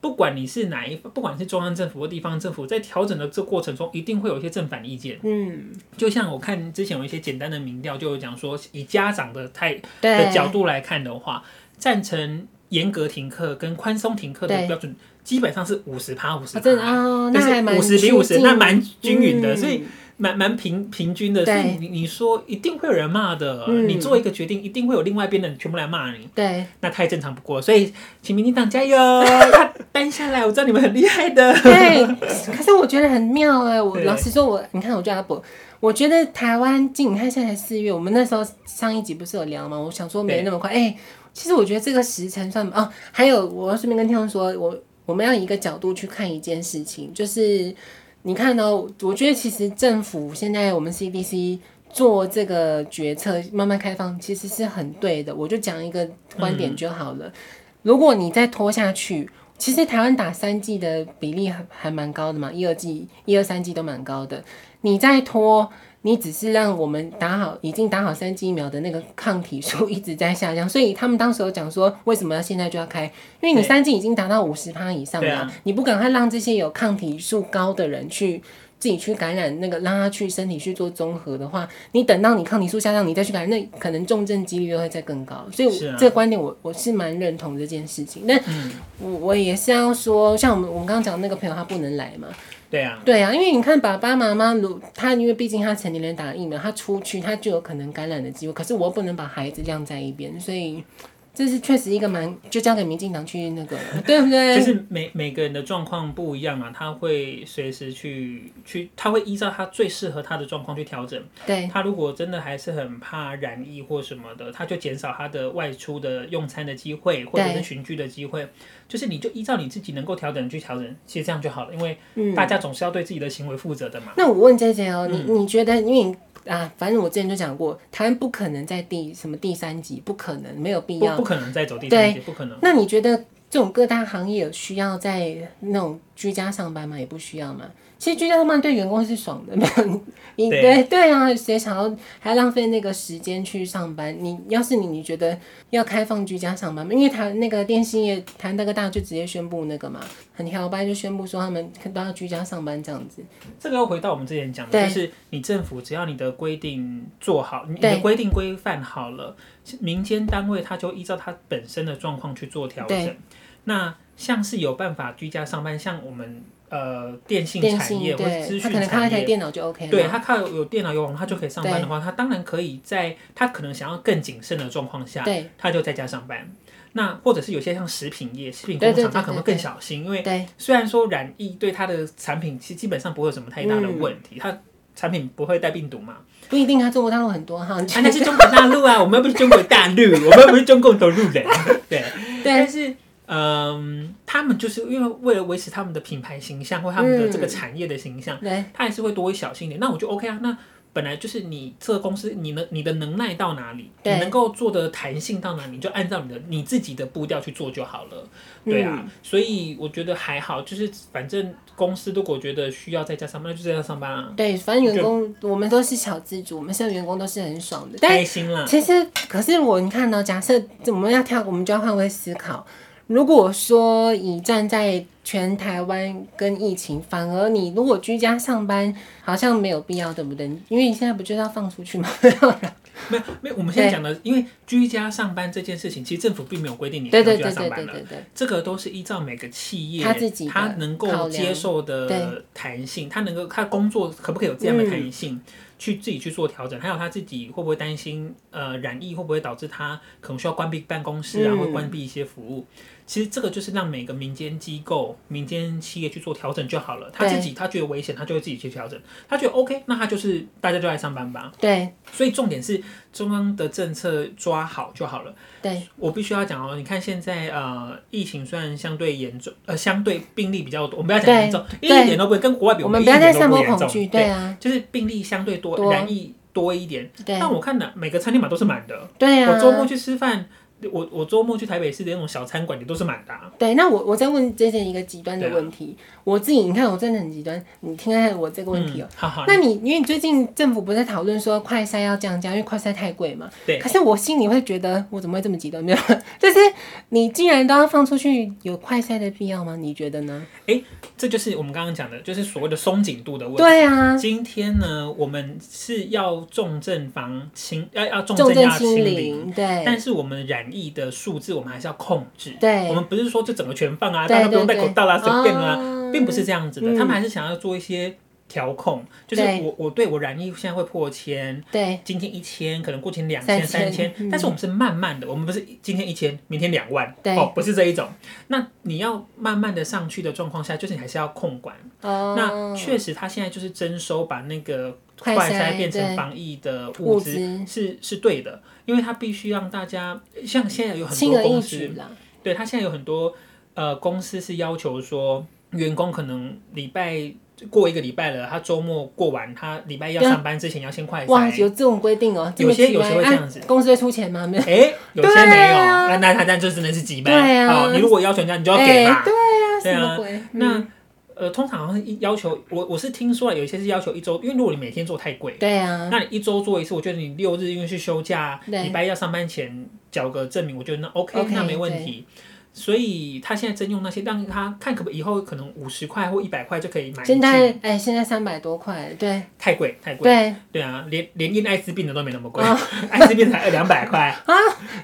Speaker 2: 不管你是哪一，不管是中央政府或地方政府，在调整的这过程中，一定会有一些正反意见。
Speaker 1: 嗯，
Speaker 2: 就像我看之前有一些简单的民调，就有讲说，以家长的态
Speaker 1: 对
Speaker 2: 的角度来看的话，赞成严格停课跟宽松停课的
Speaker 1: 对
Speaker 2: 标准，基本上是五十趴五十
Speaker 1: 啊真的
Speaker 2: 趴，
Speaker 1: 哦，那
Speaker 2: 但
Speaker 1: 还蛮
Speaker 2: 是五十比五十，
Speaker 1: 趋近
Speaker 2: 那蛮均匀的，所以。
Speaker 1: 嗯
Speaker 2: 蛮蛮平平均的，所
Speaker 1: 对
Speaker 2: 以你你说一定会有人骂的，
Speaker 1: 嗯
Speaker 2: 你做一个决定，一定会有另外一边的人全部来骂你，
Speaker 1: 对，
Speaker 2: 那太正常不过，所以请民进 党加油，要搬下来，我知道你们很厉害的。
Speaker 1: 对，可是我觉得很妙哎、我
Speaker 2: 对
Speaker 1: 老实说我，你看我叫阿伯，我觉得台湾进，你看现在才四月，我们那时候上一集不是有聊吗？我想说没那么快，哎、其实我觉得这个时辰算哦。还有，我要顺便跟听众说，我我们要以一个角度去看一件事情，就是你看到、我觉得其实政府现在我们 CDC。做这个决策，慢慢开放其实是很对的。我就讲一个观点就好了。如果你再拖下去，其实台湾打三季的比例还还蛮高的嘛，一二季、一二三季都蛮高的。你再拖，你只是让我们打好已经打好三剂疫苗的那个抗体数一直在下降，所以他们当时有讲说，为什么要现在就要开？因为你
Speaker 2: 对
Speaker 1: 三剂已经达到五十趴以上
Speaker 2: 对
Speaker 1: 了，
Speaker 2: 啊
Speaker 1: 你不赶快让这些有抗体数高的人去。自己去感染那个，让他去身体去做综合的话，你等到你抗体数下降，你再去感染，那可能重症几率又会再更高。所以我
Speaker 2: 是啊嗯
Speaker 1: 这个观点我我是蛮认同这件事情。但我我也是要说，像我们我们刚刚讲那个朋友，他不能来嘛。
Speaker 2: 对啊，
Speaker 1: 对啊，因为你看爸爸妈妈，如他因为毕竟他成年人打了疫苗，他出去他就有可能感染的机会。可是我不能把孩子晾在一边，所以这是确实一个蛮就交给民进党去那个了，对不对？
Speaker 2: 就是每每个人的状况不一样嘛，啊他会随时去去，他会依照他最适合他的状况去调整。
Speaker 1: 对，
Speaker 2: 他如果真的还是很怕染疫或什么的，他就减少他的外出的用餐的机会，或者是群聚的机会。就是你就依照你自己能够调整去调整，其实这样就好了，因为
Speaker 1: 嗯。
Speaker 2: 大家总是要对自己的行为负责的嘛。嗯
Speaker 1: 那我问 J J 哦，你你觉得，因为你啊，反正我之前就讲过，台湾不可能在第什么第三级，不可能，没有必
Speaker 2: 不
Speaker 1: 要。
Speaker 2: 不可能再走第三
Speaker 1: 对
Speaker 2: 节，不可能。
Speaker 1: 那你觉得这种各大行业有需要在那种居家上班吗？也不需要嘛。其实居家上班对员工是爽的，没有你
Speaker 2: 对
Speaker 1: 对对啊，谁想要还浪费那个时间去上班？你要是你，你觉得要开放居家上班吗？因为台那个电信业，台湾大哥大就直接宣布那个嘛，很摇摆就宣布说他们都要居家上班这样子。
Speaker 2: 这个又回到我们之前讲的，
Speaker 1: 对
Speaker 2: 就是你政府只要你的规定做好，你你
Speaker 1: 对
Speaker 2: 的规定规范好了，民间单位他就依照他本身的状况去做调整
Speaker 1: 对。
Speaker 2: 那像是有办法居家上班，像我们呃电信
Speaker 1: 电
Speaker 2: 产
Speaker 1: 信
Speaker 2: 业或者
Speaker 1: 对，
Speaker 2: 资
Speaker 1: 他
Speaker 2: 讯
Speaker 1: 可能开一
Speaker 2: 产
Speaker 1: 台
Speaker 2: 业。
Speaker 1: 电脑就 OK 了。
Speaker 2: 对他靠有电脑有网络，他就可以上班的话，他当然可以在他可能想要更谨慎的状况下，
Speaker 1: 对
Speaker 2: 他就在家上班。那或者是有些像食品业、食品
Speaker 1: 对对
Speaker 2: 工厂，他
Speaker 1: 对
Speaker 2: 可能会
Speaker 1: 对
Speaker 2: 更小心，因为
Speaker 1: 对
Speaker 2: 虽然说染疫对它的产品其实基本上不会有什么太大的问题，它产品不会带病毒嘛。
Speaker 1: 不一定，他中国大陆很多哈，
Speaker 2: 啊，那是中国大陆啊，我们又不是中国大陆，我们又不是中共投入人。对，
Speaker 1: 对
Speaker 2: 但是。嗯，他们就是因为为了维持他们的品牌形象或他们 的这个产业的形象，
Speaker 1: 对
Speaker 2: 他还是会多小心一点。那我就 OK 啊。那本来就是你这个公司，你能你的能耐到哪里，你
Speaker 1: 对
Speaker 2: 能够做的弹性到哪里，你就按照你的你自己的步调去做就好了。对啊，
Speaker 1: 嗯
Speaker 2: 所以我觉得还好，就是反正公司如果觉得需要在家上班，那就在家上班啊，
Speaker 1: 对，反正员工我们都是小资主，我们现在员工都是很爽的。但
Speaker 2: 开心啦。
Speaker 1: 其实，可是我你看到、假设我们要跳，我们就要换位思考。如果说以站在全台湾跟疫情，反而你如果居家上班，好像没有必要，对不对？因为你现在不就是要放出去吗？
Speaker 2: 没有没有，我们现在讲的，因为居家上班这件事情，其实政府并没有规定你一定
Speaker 1: 对对
Speaker 2: 要居家
Speaker 1: 对
Speaker 2: 上
Speaker 1: 对
Speaker 2: 班
Speaker 1: 对
Speaker 2: 了。
Speaker 1: 对对，
Speaker 2: 这个都是依照每个企业
Speaker 1: 他自己的
Speaker 2: 他能
Speaker 1: 考
Speaker 2: 够
Speaker 1: 量
Speaker 2: 接受
Speaker 1: 对嗯
Speaker 2: 的弹性，他能够他工作可不可以有这样的弹性，去自己去做调整，还有他自己会不会担心呃染疫会不会导致他可能需要关闭办公室啊，
Speaker 1: 嗯
Speaker 2: 或关闭一些服务。其实这个就是让每个民间机构、民间企业去做调整就好了。他
Speaker 1: 对
Speaker 2: 自己他觉得危险，他就会自己去调整。他觉得 OK，那他就是大家就来上班吧。
Speaker 1: 对
Speaker 2: 所以重点是中央的政策抓好就好了。
Speaker 1: 对
Speaker 2: 我必须要讲哦，你看现在呃，疫情虽然相对严重，呃，相对病例比较多，我们不要讲
Speaker 1: 对
Speaker 2: 严重，一
Speaker 1: 对
Speaker 2: 点都不会跟国外比，
Speaker 1: 我们
Speaker 2: 一
Speaker 1: 不要再
Speaker 2: 点都
Speaker 1: 散播
Speaker 2: 严
Speaker 1: 恐
Speaker 2: 重
Speaker 1: 惧，对
Speaker 2: 对，
Speaker 1: 啊，
Speaker 2: 就是病例相对多，
Speaker 1: 多
Speaker 2: 染疫多一点。
Speaker 1: 对
Speaker 2: 但我看呢，每个餐厅码都是满的。
Speaker 1: 对啊。
Speaker 2: 我周末去吃饭，我我周末去台北市的那种小餐馆也都是满的啊。
Speaker 1: 对，那我我再问 J J 一个极端的
Speaker 2: 对啊
Speaker 1: 问题，我自己你看我真的很极端，你听看看我这个问题哦、
Speaker 2: 嗯，好好，
Speaker 1: 那你因为最近政府不是在讨论说快筛要降价，因为快筛太贵嘛。
Speaker 2: 对
Speaker 1: 可是我心里会觉得，我怎么会这么极端？没有， 就是你既然都要放出去，有快筛的必要吗？你觉得呢？
Speaker 2: 这就是我们刚刚讲的，就是所谓的松紧度的问题。
Speaker 1: 对啊，
Speaker 2: 今天呢，我们是要重症防清，要要重
Speaker 1: 重
Speaker 2: 症
Speaker 1: 症
Speaker 2: 要
Speaker 1: 清
Speaker 2: 清零。
Speaker 1: 零，对
Speaker 2: 但是我们染疫的数字，我们还是要控制。
Speaker 1: 对
Speaker 2: 我们不是说这整个全放啊，
Speaker 1: 对
Speaker 2: 大家不用
Speaker 1: 对
Speaker 2: 戴
Speaker 1: 对
Speaker 2: 口罩啦，随便啦，
Speaker 1: 啊
Speaker 2: 并不是这样子的。
Speaker 1: 嗯
Speaker 2: 他们还是想要做一些调控，就是
Speaker 1: 对
Speaker 2: 我我对我染疫现在会破千，
Speaker 1: 对
Speaker 2: 今天一千，可能过千两千、
Speaker 1: 三千
Speaker 2: 三千
Speaker 1: 嗯，
Speaker 2: 但是我们是慢慢的，我们不是今天一千，明天两万，
Speaker 1: 对
Speaker 2: 哦，不是这一种。那你要慢慢的上去的状况下，就是你还是要控管。
Speaker 1: 哦
Speaker 2: 那确实，他现在就是征收把那个
Speaker 1: 快
Speaker 2: 快
Speaker 1: 筛
Speaker 2: 筛变
Speaker 1: 对
Speaker 2: 成防疫的
Speaker 1: 物
Speaker 2: 物
Speaker 1: 资
Speaker 2: 资是是对的，因为他必须让大家像现在有很
Speaker 1: 轻
Speaker 2: 多
Speaker 1: 而易
Speaker 2: 公
Speaker 1: 举
Speaker 2: 司，
Speaker 1: 啦，
Speaker 2: 对他现在有很多呃公司是要求说员工可能礼拜过一个礼拜了，他周末过完，他礼拜一要
Speaker 1: 对啊
Speaker 2: 上班之前要先快
Speaker 1: 哇，
Speaker 2: 筛。
Speaker 1: 有这种规定哦、这
Speaker 2: 有
Speaker 1: 么
Speaker 2: 些
Speaker 1: 极
Speaker 2: 有
Speaker 1: 端
Speaker 2: 些会这
Speaker 1: 啊
Speaker 2: 样子
Speaker 1: 公司会出钱吗？没有，
Speaker 2: 哎、有些没
Speaker 1: 对
Speaker 2: 有，
Speaker 1: 啊
Speaker 2: 那那他那就真的是几倍
Speaker 1: 对啊
Speaker 2: 你如果要求人家，你就要
Speaker 1: 哎
Speaker 2: 给嘛。
Speaker 1: 对啊，
Speaker 2: 对
Speaker 1: 什
Speaker 2: 啊
Speaker 1: 么鬼？
Speaker 2: 那呃，通常好像一要求我我是听说啊有一些是要求一周，因为如果你每天做太贵，
Speaker 1: 对啊，
Speaker 2: 那你一周做一次，我觉得你六日因为是休假，
Speaker 1: 对
Speaker 2: 礼拜一要上班前缴个证明，我觉得那 OK，,
Speaker 1: OK，
Speaker 2: 那没问题。所以他现在征用那些，让他看可不可以以后可能五十块或一百块就可以买一
Speaker 1: 现
Speaker 2: 剂，
Speaker 1: 在哎、现在三百多块，对
Speaker 2: 太贵太贵。
Speaker 1: 对，哦
Speaker 2: 对啊，连连验艾滋病的都没那么贵，艾滋病才二两百块。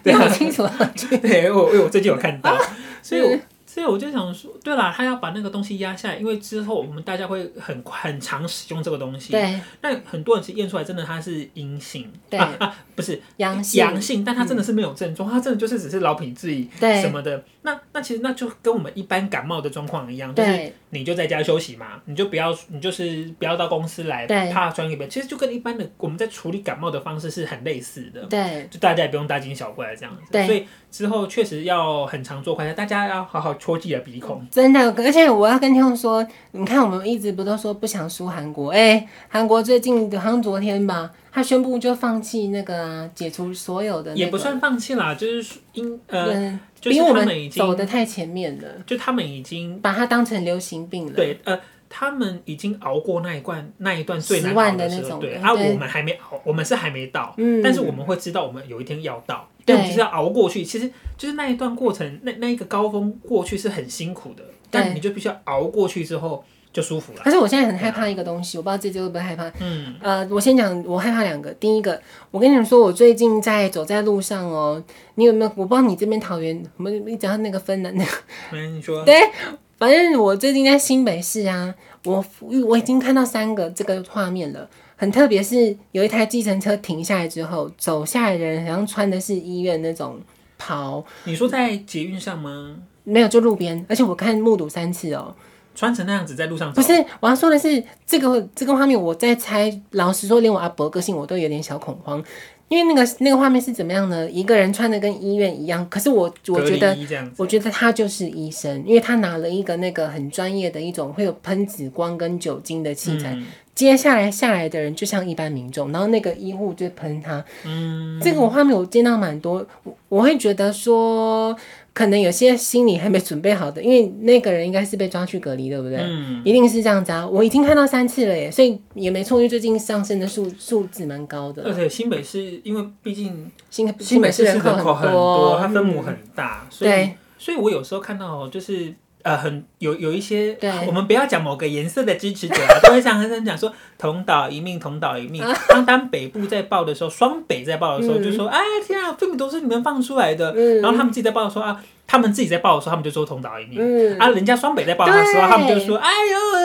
Speaker 1: 你
Speaker 2: 对啊
Speaker 1: 好清楚啊，啊
Speaker 2: 对，我我我最近有看到，所以我所以我就想说，对啦，他要把那个东西压下来，因为之后我们大家会很很常使用这个东西。
Speaker 1: 对，
Speaker 2: 那很多人是验出来真的他是阴性，
Speaker 1: 对
Speaker 2: 啊啊，不是
Speaker 1: 阳性，嗯
Speaker 2: 但他真的是没有症状，他真的就是只是老品质疑
Speaker 1: 对
Speaker 2: 什么的。那那其实那就跟我们一般感冒的状况一样，就是
Speaker 1: 对
Speaker 2: 你就在家休息嘛，你就不要你就是不要到公司来，
Speaker 1: 对
Speaker 2: 怕传给别人。其实就跟一般的我们在处理感冒的方式是很类似的。
Speaker 1: 对
Speaker 2: 就大家也不用大惊小怪这样子，
Speaker 1: 对
Speaker 2: 所以之后确实要很常做快筛，大家要好好戳自己的鼻孔。
Speaker 1: 真的，而且我要跟听众说，你看我们一直不都说不想输韩国，哎、韩国最近好像昨天吧，他宣布就放弃那个、啊、解除所有的、那个，
Speaker 2: 也不算放弃啦，就是说因呃，
Speaker 1: 嗯，
Speaker 2: 就是
Speaker 1: 比我
Speaker 2: 他们已
Speaker 1: 们走
Speaker 2: 经，
Speaker 1: 的太前面了，
Speaker 2: 就他们已经
Speaker 1: 把它当成流行病了。
Speaker 2: 对呃，他们已经熬过那一关那一段最难
Speaker 1: 十万
Speaker 2: 熬
Speaker 1: 的那
Speaker 2: 时候，
Speaker 1: 种
Speaker 2: 对，
Speaker 1: 的
Speaker 2: 啊，
Speaker 1: 对
Speaker 2: 我们还没熬，我们是还没到，
Speaker 1: 嗯
Speaker 2: 但是我们会知道我们有一天要到，
Speaker 1: 对
Speaker 2: 因为我们就是要熬过去。其实就是那一段过程，那那一个高峰过去是很辛苦的，但
Speaker 1: 对
Speaker 2: 你就必须要熬过去之后就舒服了。
Speaker 1: 可是我现在很害怕一个东西，我不知道这周会不会害怕。
Speaker 2: 嗯，
Speaker 1: 呃，我先讲，我害怕两个。第一个，我跟你们说，我最近在走在路上哦，你有没有？我不知道你这边桃园，我们你讲到那个芬兰那个，
Speaker 2: 那你说，
Speaker 1: 对， 反正我最近在新北市啊，我我已经看到三个这个画面了。很特别是有一台计程车停下来之后，走下来的人好像穿的是医院那种袍，
Speaker 2: 你说在捷运上吗？
Speaker 1: 没有就路边，而且我看目睹三次哦、
Speaker 2: 穿成那样子在路上走
Speaker 1: 不，是，我要说的是这个这个画面，我在猜。老实说，连我阿伯个性我都有点小恐慌，因为那个那个画面是怎么样呢？一个人穿的跟医院一样，可是我我
Speaker 2: 隔
Speaker 1: 觉得。
Speaker 2: 离衣这样子，
Speaker 1: 我觉得他就是医生，因为他拿了一个那个很专业的一种会有喷紫光跟酒精的器材，
Speaker 2: 嗯
Speaker 1: 接下来下来的人就像一般民众，然后那个医护就喷他，
Speaker 2: 嗯，
Speaker 1: 这个我画面我见到蛮多，我我会觉得说，可能有些心理还没准备好的，因为那个人应该是被抓去隔离，对不对？
Speaker 2: 嗯，
Speaker 1: 一定是这样子啊！我已经看到三次了耶，所以也没错，因为最近上升的数数字蛮高的。
Speaker 2: 而且新北市，因为毕竟
Speaker 1: 新
Speaker 2: 新北市
Speaker 1: 市人
Speaker 2: 口
Speaker 1: 口
Speaker 2: 很
Speaker 1: 多，
Speaker 2: 它分母
Speaker 1: 嗯
Speaker 2: 很大，所以
Speaker 1: 对
Speaker 2: 所以我有时候看到就是呃很有有一些
Speaker 1: 对，
Speaker 2: 我们不要讲某个颜色的支持者啊， 都会像很生讲说同岛一命，同岛一 命。当当北部在报的时候，双北在报的时候，
Speaker 1: 嗯
Speaker 2: 就说哎天啊，分母都是你们放出来的，
Speaker 1: 嗯
Speaker 2: 然后他们自己在报的时候啊，他们自己在报的时候，他们就说同岛一命。
Speaker 1: 嗯
Speaker 2: 啊，人家双北在报的时候，
Speaker 1: 对
Speaker 2: 他们就说：“哎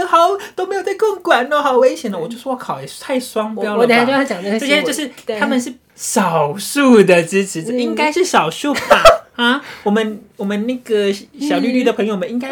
Speaker 2: 呦，好都没有在控管哦，好危险哦！”我就说：“我靠，也太双标
Speaker 1: 我
Speaker 2: 了吧！”
Speaker 1: 我等一下就要讲那个
Speaker 2: 这
Speaker 1: 新
Speaker 2: 些
Speaker 1: 闻，
Speaker 2: 就是
Speaker 1: 对
Speaker 2: 他们是少数的支持者，
Speaker 1: 嗯
Speaker 2: 应该是少数吧？ 啊，我们我们那个小绿绿的朋友们应该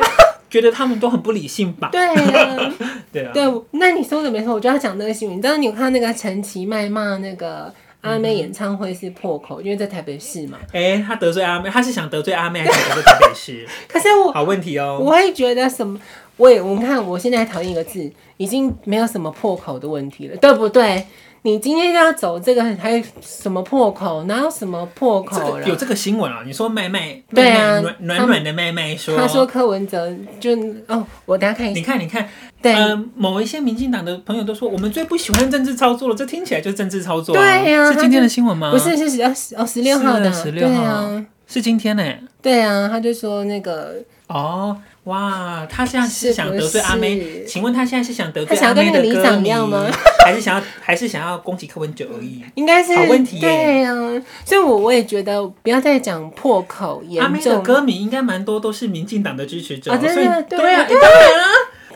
Speaker 2: 觉得他们都很不理性吧？
Speaker 1: 对 啊，
Speaker 2: 对啊，
Speaker 1: 对，那你说的没错，我就要讲那个新闻。你知道你有看到那个陈其迈骂那个阿
Speaker 2: 嗯
Speaker 1: 妹演唱会是破口，因为在台北市嘛。
Speaker 2: 哎，他得罪阿妹，他是想得罪阿妹还是想得罪台北 市？
Speaker 1: 可是我
Speaker 2: 好问题哦。
Speaker 1: 我会觉得什么？我也我看我现在讨厌一个字，已经没有什么破口的问题了，对不对？你今天要走这个，还有什么破口？哪有什么破
Speaker 2: 这
Speaker 1: 口
Speaker 2: 个有
Speaker 1: 了？
Speaker 2: 这个新闻啊？你说妹妹，
Speaker 1: 对啊
Speaker 2: 妹妹暖
Speaker 1: 他
Speaker 2: 暖暖的妹妹说，
Speaker 1: 他说柯文哲就哦，我等一下看一
Speaker 2: 你
Speaker 1: 下。
Speaker 2: 看，你看，
Speaker 1: 对、
Speaker 2: 嗯，某一些民进党的朋友都说，我们最不喜欢政治操作了，这听起来就是政治操作啊。
Speaker 1: 对啊
Speaker 2: 是今天的新闻吗？
Speaker 1: 不，是是十二十哦十六号的，
Speaker 2: 是16
Speaker 1: 对
Speaker 2: 号
Speaker 1: 啊
Speaker 2: 是今天呢、
Speaker 1: 对啊，他就说那个
Speaker 2: 哦，哇，他现在是想得罪阿
Speaker 1: 是不
Speaker 2: 妹？
Speaker 1: 是
Speaker 2: 请问他现在是想得
Speaker 1: 他
Speaker 2: 罪
Speaker 1: 想要
Speaker 2: 阿
Speaker 1: 跟
Speaker 2: 妹
Speaker 1: 那个
Speaker 2: 的
Speaker 1: 里
Speaker 2: 歌
Speaker 1: 长一
Speaker 2: 迷
Speaker 1: 样吗？
Speaker 2: 还是想要还是想要攻击柯文哲而已？
Speaker 1: 应该是
Speaker 2: 好问题耶
Speaker 1: 对啊，所以我我也觉得不要再讲破口严
Speaker 2: 阿妹的
Speaker 1: 重。
Speaker 2: 歌迷应该蛮多都是民进党的支持者，
Speaker 1: 啊真的
Speaker 2: 所以
Speaker 1: 对
Speaker 2: 对啊，
Speaker 1: 对
Speaker 2: 当然啊。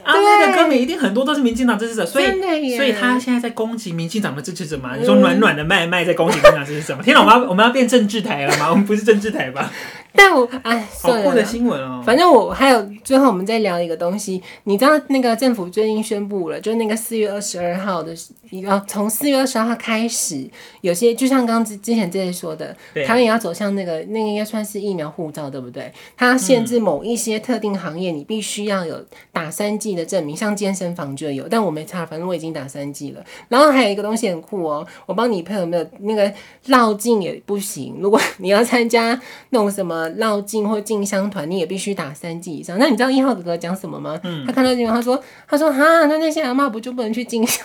Speaker 2: 阿妹的
Speaker 1: 对
Speaker 2: 歌迷一定很多都是民进党支持者，所以
Speaker 1: 真的耶
Speaker 2: 所以他现在在攻击民进党的支持者嘛？你说
Speaker 1: 嗯
Speaker 2: 暖暖的麦麦在攻击民进党支持者吗？天哪，我们要我们要变政治台了吗？我们不是政治台吧？
Speaker 1: 但我哎，
Speaker 2: 好
Speaker 1: 算
Speaker 2: 酷
Speaker 1: 了
Speaker 2: 的
Speaker 1: 啦。
Speaker 2: 新闻哦！
Speaker 1: 反正我还有最后我们再聊一个东西，你知道那个政府最近宣布了，就是那个四月二十二号的，要从四月二十二号开始，有些就像刚刚之之前这些说的，
Speaker 2: 对
Speaker 1: 台湾也要走向那个那个应该算是疫苗护照，对不对？它要限制某一些特定行业，你必须要有打三剂的证明，像健身房就有，但我没差，反正我已经打三剂了。然后还有一个东西很酷哦，我帮你朋友没有那个绕境也不行，如果你要参加那种什么绕境或进香团，你也必须打三剂以上。那你知道一号哥哥讲什么吗？他看到这个，他说他说哈，那那些阿嬷不就不能去进香？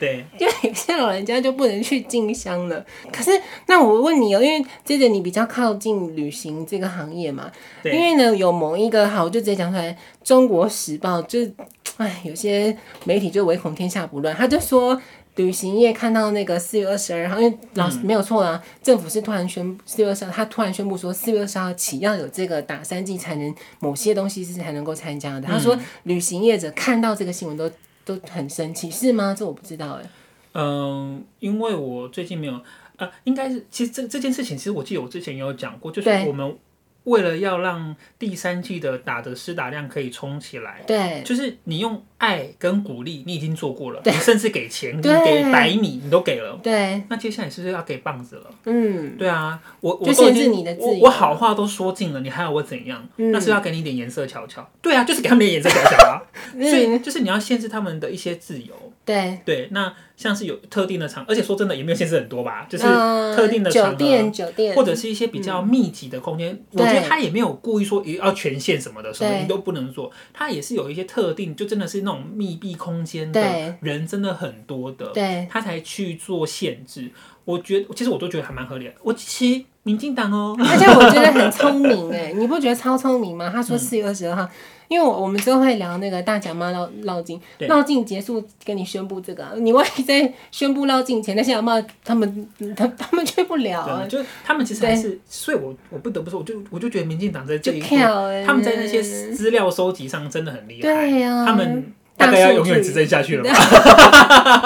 Speaker 2: 对，
Speaker 1: 因为有些老人家就不能去进香了。可是，那我问你哦，因为接着你比较靠近旅行这个行业嘛，
Speaker 2: 对
Speaker 1: 因为呢有某一个好，我就直接讲出来，《中国时报》就是，哎，有些媒体就唯恐天下不乱，他就说。旅行业看到那个四月二十二号，因为老师没有错啦，政府是突然宣四月二十号，他突然宣布说四月二十号起要有这个打三剂才能某些东西是才能够参加的。他说旅行业者看到这个新闻都都很生气，是吗？这我不知道哎、
Speaker 2: 嗯，因为我最近没有，呃，应该是其实这这件事情，其实我记得我之前也有讲过，就是
Speaker 1: 对
Speaker 2: 我们为了要让第三季的打的施打量可以冲起来，
Speaker 1: 对
Speaker 2: 就是你用爱跟鼓励，你已经做过了，你甚至给钱，你
Speaker 1: 对
Speaker 2: 给百米，你都给了，
Speaker 1: 对，
Speaker 2: 那接下来是不是要给棒子了？
Speaker 1: 嗯，
Speaker 2: 对啊，我我
Speaker 1: 就
Speaker 2: 都已
Speaker 1: 限制
Speaker 2: 经
Speaker 1: 你的自
Speaker 2: 我
Speaker 1: 由
Speaker 2: 我好话都说尽了，你还要我怎样？
Speaker 1: 嗯
Speaker 2: 那是要给你一点颜色瞧瞧。对啊，就是给他们点颜色瞧瞧啊。所以
Speaker 1: 嗯
Speaker 2: 就是你要限制他们的一些自由。
Speaker 1: 对，
Speaker 2: 对，那像是有特定的场，而且说真的也没有限制很多吧，就是
Speaker 1: 嗯
Speaker 2: 特定的场
Speaker 1: 酒
Speaker 2: 合，
Speaker 1: 店酒店嗯
Speaker 2: 或者是一些比较密集的空间，我觉得他也没有故意说一定要权限什么的，什么
Speaker 1: 对
Speaker 2: 你都不能做，他也是有一些特定，就真的是那种密闭空间
Speaker 1: 对
Speaker 2: 的人真的很多的，
Speaker 1: 对
Speaker 2: 他才去做限制。我觉得其实我都觉得还蛮合理的。我其实民进党哦，
Speaker 1: 而且我觉得很聪明哎、你不觉得超聪明吗？他
Speaker 2: 嗯
Speaker 1: 说四月二十二号，因为我我们之后会聊那个大甲妈绕绕境，
Speaker 2: 对
Speaker 1: 绕境结束跟你宣布这个啊，你万一在宣布绕境前，那些阿妈他们他 他们去不了啊
Speaker 2: 对，，就是他们其实还是，所以我我不得不说，我就我就觉得民进党在这
Speaker 1: 就
Speaker 2: 一步，
Speaker 1: 跳哎、
Speaker 2: 他们在那些资料收集上真的很厉害。
Speaker 1: 对啊呀、
Speaker 2: 他们大概要永远执政下去了吧？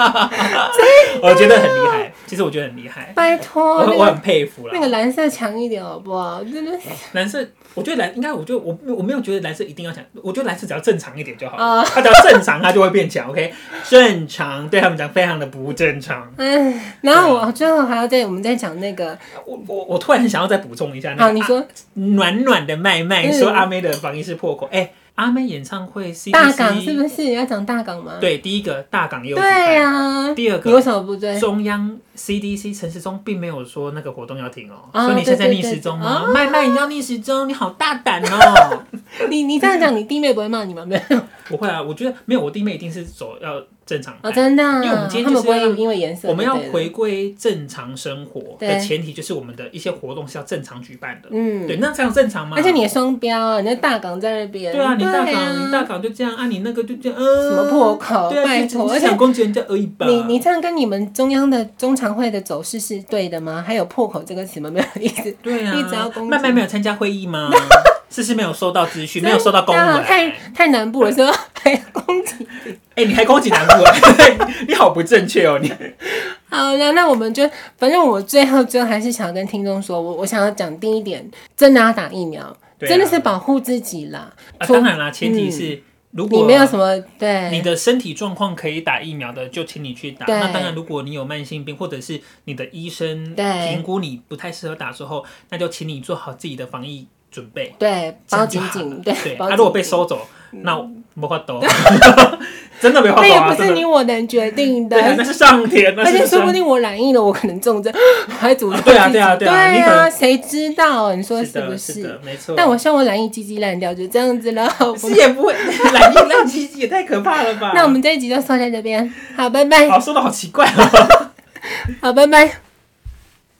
Speaker 2: 我觉得很厉害，其实我觉得很厉害，
Speaker 1: 拜
Speaker 2: 我
Speaker 1: 托哦
Speaker 2: 很
Speaker 1: 那
Speaker 2: 我
Speaker 1: 个
Speaker 2: 很啊佩服
Speaker 1: 那
Speaker 2: 啦。
Speaker 1: 个蓝色强一点好不好？真的是
Speaker 2: 蓝色，我觉得蓝应该，我觉得我我没有觉得蓝色一定要强，我觉得蓝色只要正常一点就好
Speaker 1: 哦
Speaker 2: 了。他只要正常，他就会变强。OK，正常对他们讲非常的不正常。
Speaker 1: 哎，然后
Speaker 2: 啊
Speaker 1: 我最后还要再我们再讲那个，
Speaker 2: 我我我突然很想要再补充一啊下，那
Speaker 1: 好
Speaker 2: 个
Speaker 1: 你说
Speaker 2: 暖暖的麦麦说
Speaker 1: 嗯
Speaker 2: 阿妹的防疫是破口，哎，阿妹演唱会 C
Speaker 1: 大港是不是要讲大港吗？
Speaker 2: 对，第一个大港也有举办
Speaker 1: 对啊呀、
Speaker 2: 第二个
Speaker 1: 你为什么不对？
Speaker 2: 中央 CDC 陈时中并没有说那个活动要停哦，
Speaker 1: 啊
Speaker 2: 所以你现在
Speaker 1: 对对
Speaker 2: 逆时钟吗？
Speaker 1: 对啊
Speaker 2: 麦麦，你要逆时钟，你好大胆 哦！
Speaker 1: 你你这样讲，你弟妹不会骂你吗？没有
Speaker 2: 不会啊，我觉得没有，我弟妹一定是走要正常
Speaker 1: 啊，
Speaker 2: 派。
Speaker 1: 真的啊，
Speaker 2: 因为我们今天
Speaker 1: 他
Speaker 2: 就
Speaker 1: 们
Speaker 2: 是
Speaker 1: 不
Speaker 2: 要
Speaker 1: 会因为颜色，
Speaker 2: 我们要，回归正常生活的
Speaker 1: 对
Speaker 2: 前提，就是我们的一些活动是要正常举办的。
Speaker 1: 嗯，
Speaker 2: 对，那这样正常吗？
Speaker 1: 而且你的双标啊，你的大港在那边，
Speaker 2: 对啊，你大港
Speaker 1: 啊
Speaker 2: 你大港就这样啊，你那个就这样，嗯，
Speaker 1: 什么破口，
Speaker 2: 对啊，
Speaker 1: 拜
Speaker 2: 就
Speaker 1: 托，
Speaker 2: 只
Speaker 1: 而
Speaker 2: 是
Speaker 1: 且
Speaker 2: 想攻击人家而已吧。
Speaker 1: 你你这样跟你们中央的中常会的走势是对的吗？还有破口这个词吗？没有意思，
Speaker 2: 对啊，
Speaker 1: 一直要攻击
Speaker 2: 麦麦没有参加会议吗？ 是是没有收到资讯，没有收到公
Speaker 1: 真的
Speaker 2: 文。
Speaker 1: 太太南部了，是吧？还攻击。
Speaker 2: 哎、你还攻击南部 啊？你好不正确哦！你
Speaker 1: 好了，那我们就反正我最后最后还是想要跟听众说，我我想要讲第一点，真的要打疫苗，
Speaker 2: 对啊
Speaker 1: 真的是保护自己啦。
Speaker 2: 啊，
Speaker 1: 除
Speaker 2: 当然啦，前提是、如
Speaker 1: 嗯
Speaker 2: 果
Speaker 1: 你没有什么对，
Speaker 2: 你的身体状况可以打疫苗的，就请你去打。
Speaker 1: 对
Speaker 2: 那当然，如果你有慢性病，或者是你的医生
Speaker 1: 对
Speaker 2: 评估你不太适合打之后，那就请你做好自己的防疫准备。
Speaker 1: 对，包紧
Speaker 2: 这样就好
Speaker 1: 紧，
Speaker 2: 了
Speaker 1: 对，
Speaker 2: 对，
Speaker 1: 包
Speaker 2: 啊，
Speaker 1: 紧
Speaker 2: 如果被
Speaker 1: 紧
Speaker 2: 收走，那我没法抖， 真的没法
Speaker 1: 那
Speaker 2: 抖
Speaker 1: 也
Speaker 2: 啊！
Speaker 1: 不是
Speaker 2: 真
Speaker 1: 你
Speaker 2: 的，
Speaker 1: 我能决 定的
Speaker 2: 对，，啊那是上天，那
Speaker 1: 而且
Speaker 2: 是
Speaker 1: 说
Speaker 2: 上
Speaker 1: 不定我染疫了，我可能中症，我还诅咒
Speaker 2: 啊对啊
Speaker 1: 自己
Speaker 2: 对啊对
Speaker 1: 对
Speaker 2: 啊你可能
Speaker 1: 谁知道？啊你说
Speaker 2: 是的，
Speaker 1: 不
Speaker 2: 是的，没错。
Speaker 1: 但我希望我染疫鸡鸡烂掉，就这样子了。好
Speaker 2: 是啊也不会 懒硬烂鸡鸡，也太可怕了吧？
Speaker 1: 那我们这一集就说在这边，好，拜拜，
Speaker 2: 好说的好奇怪哦。
Speaker 1: 好，拜拜。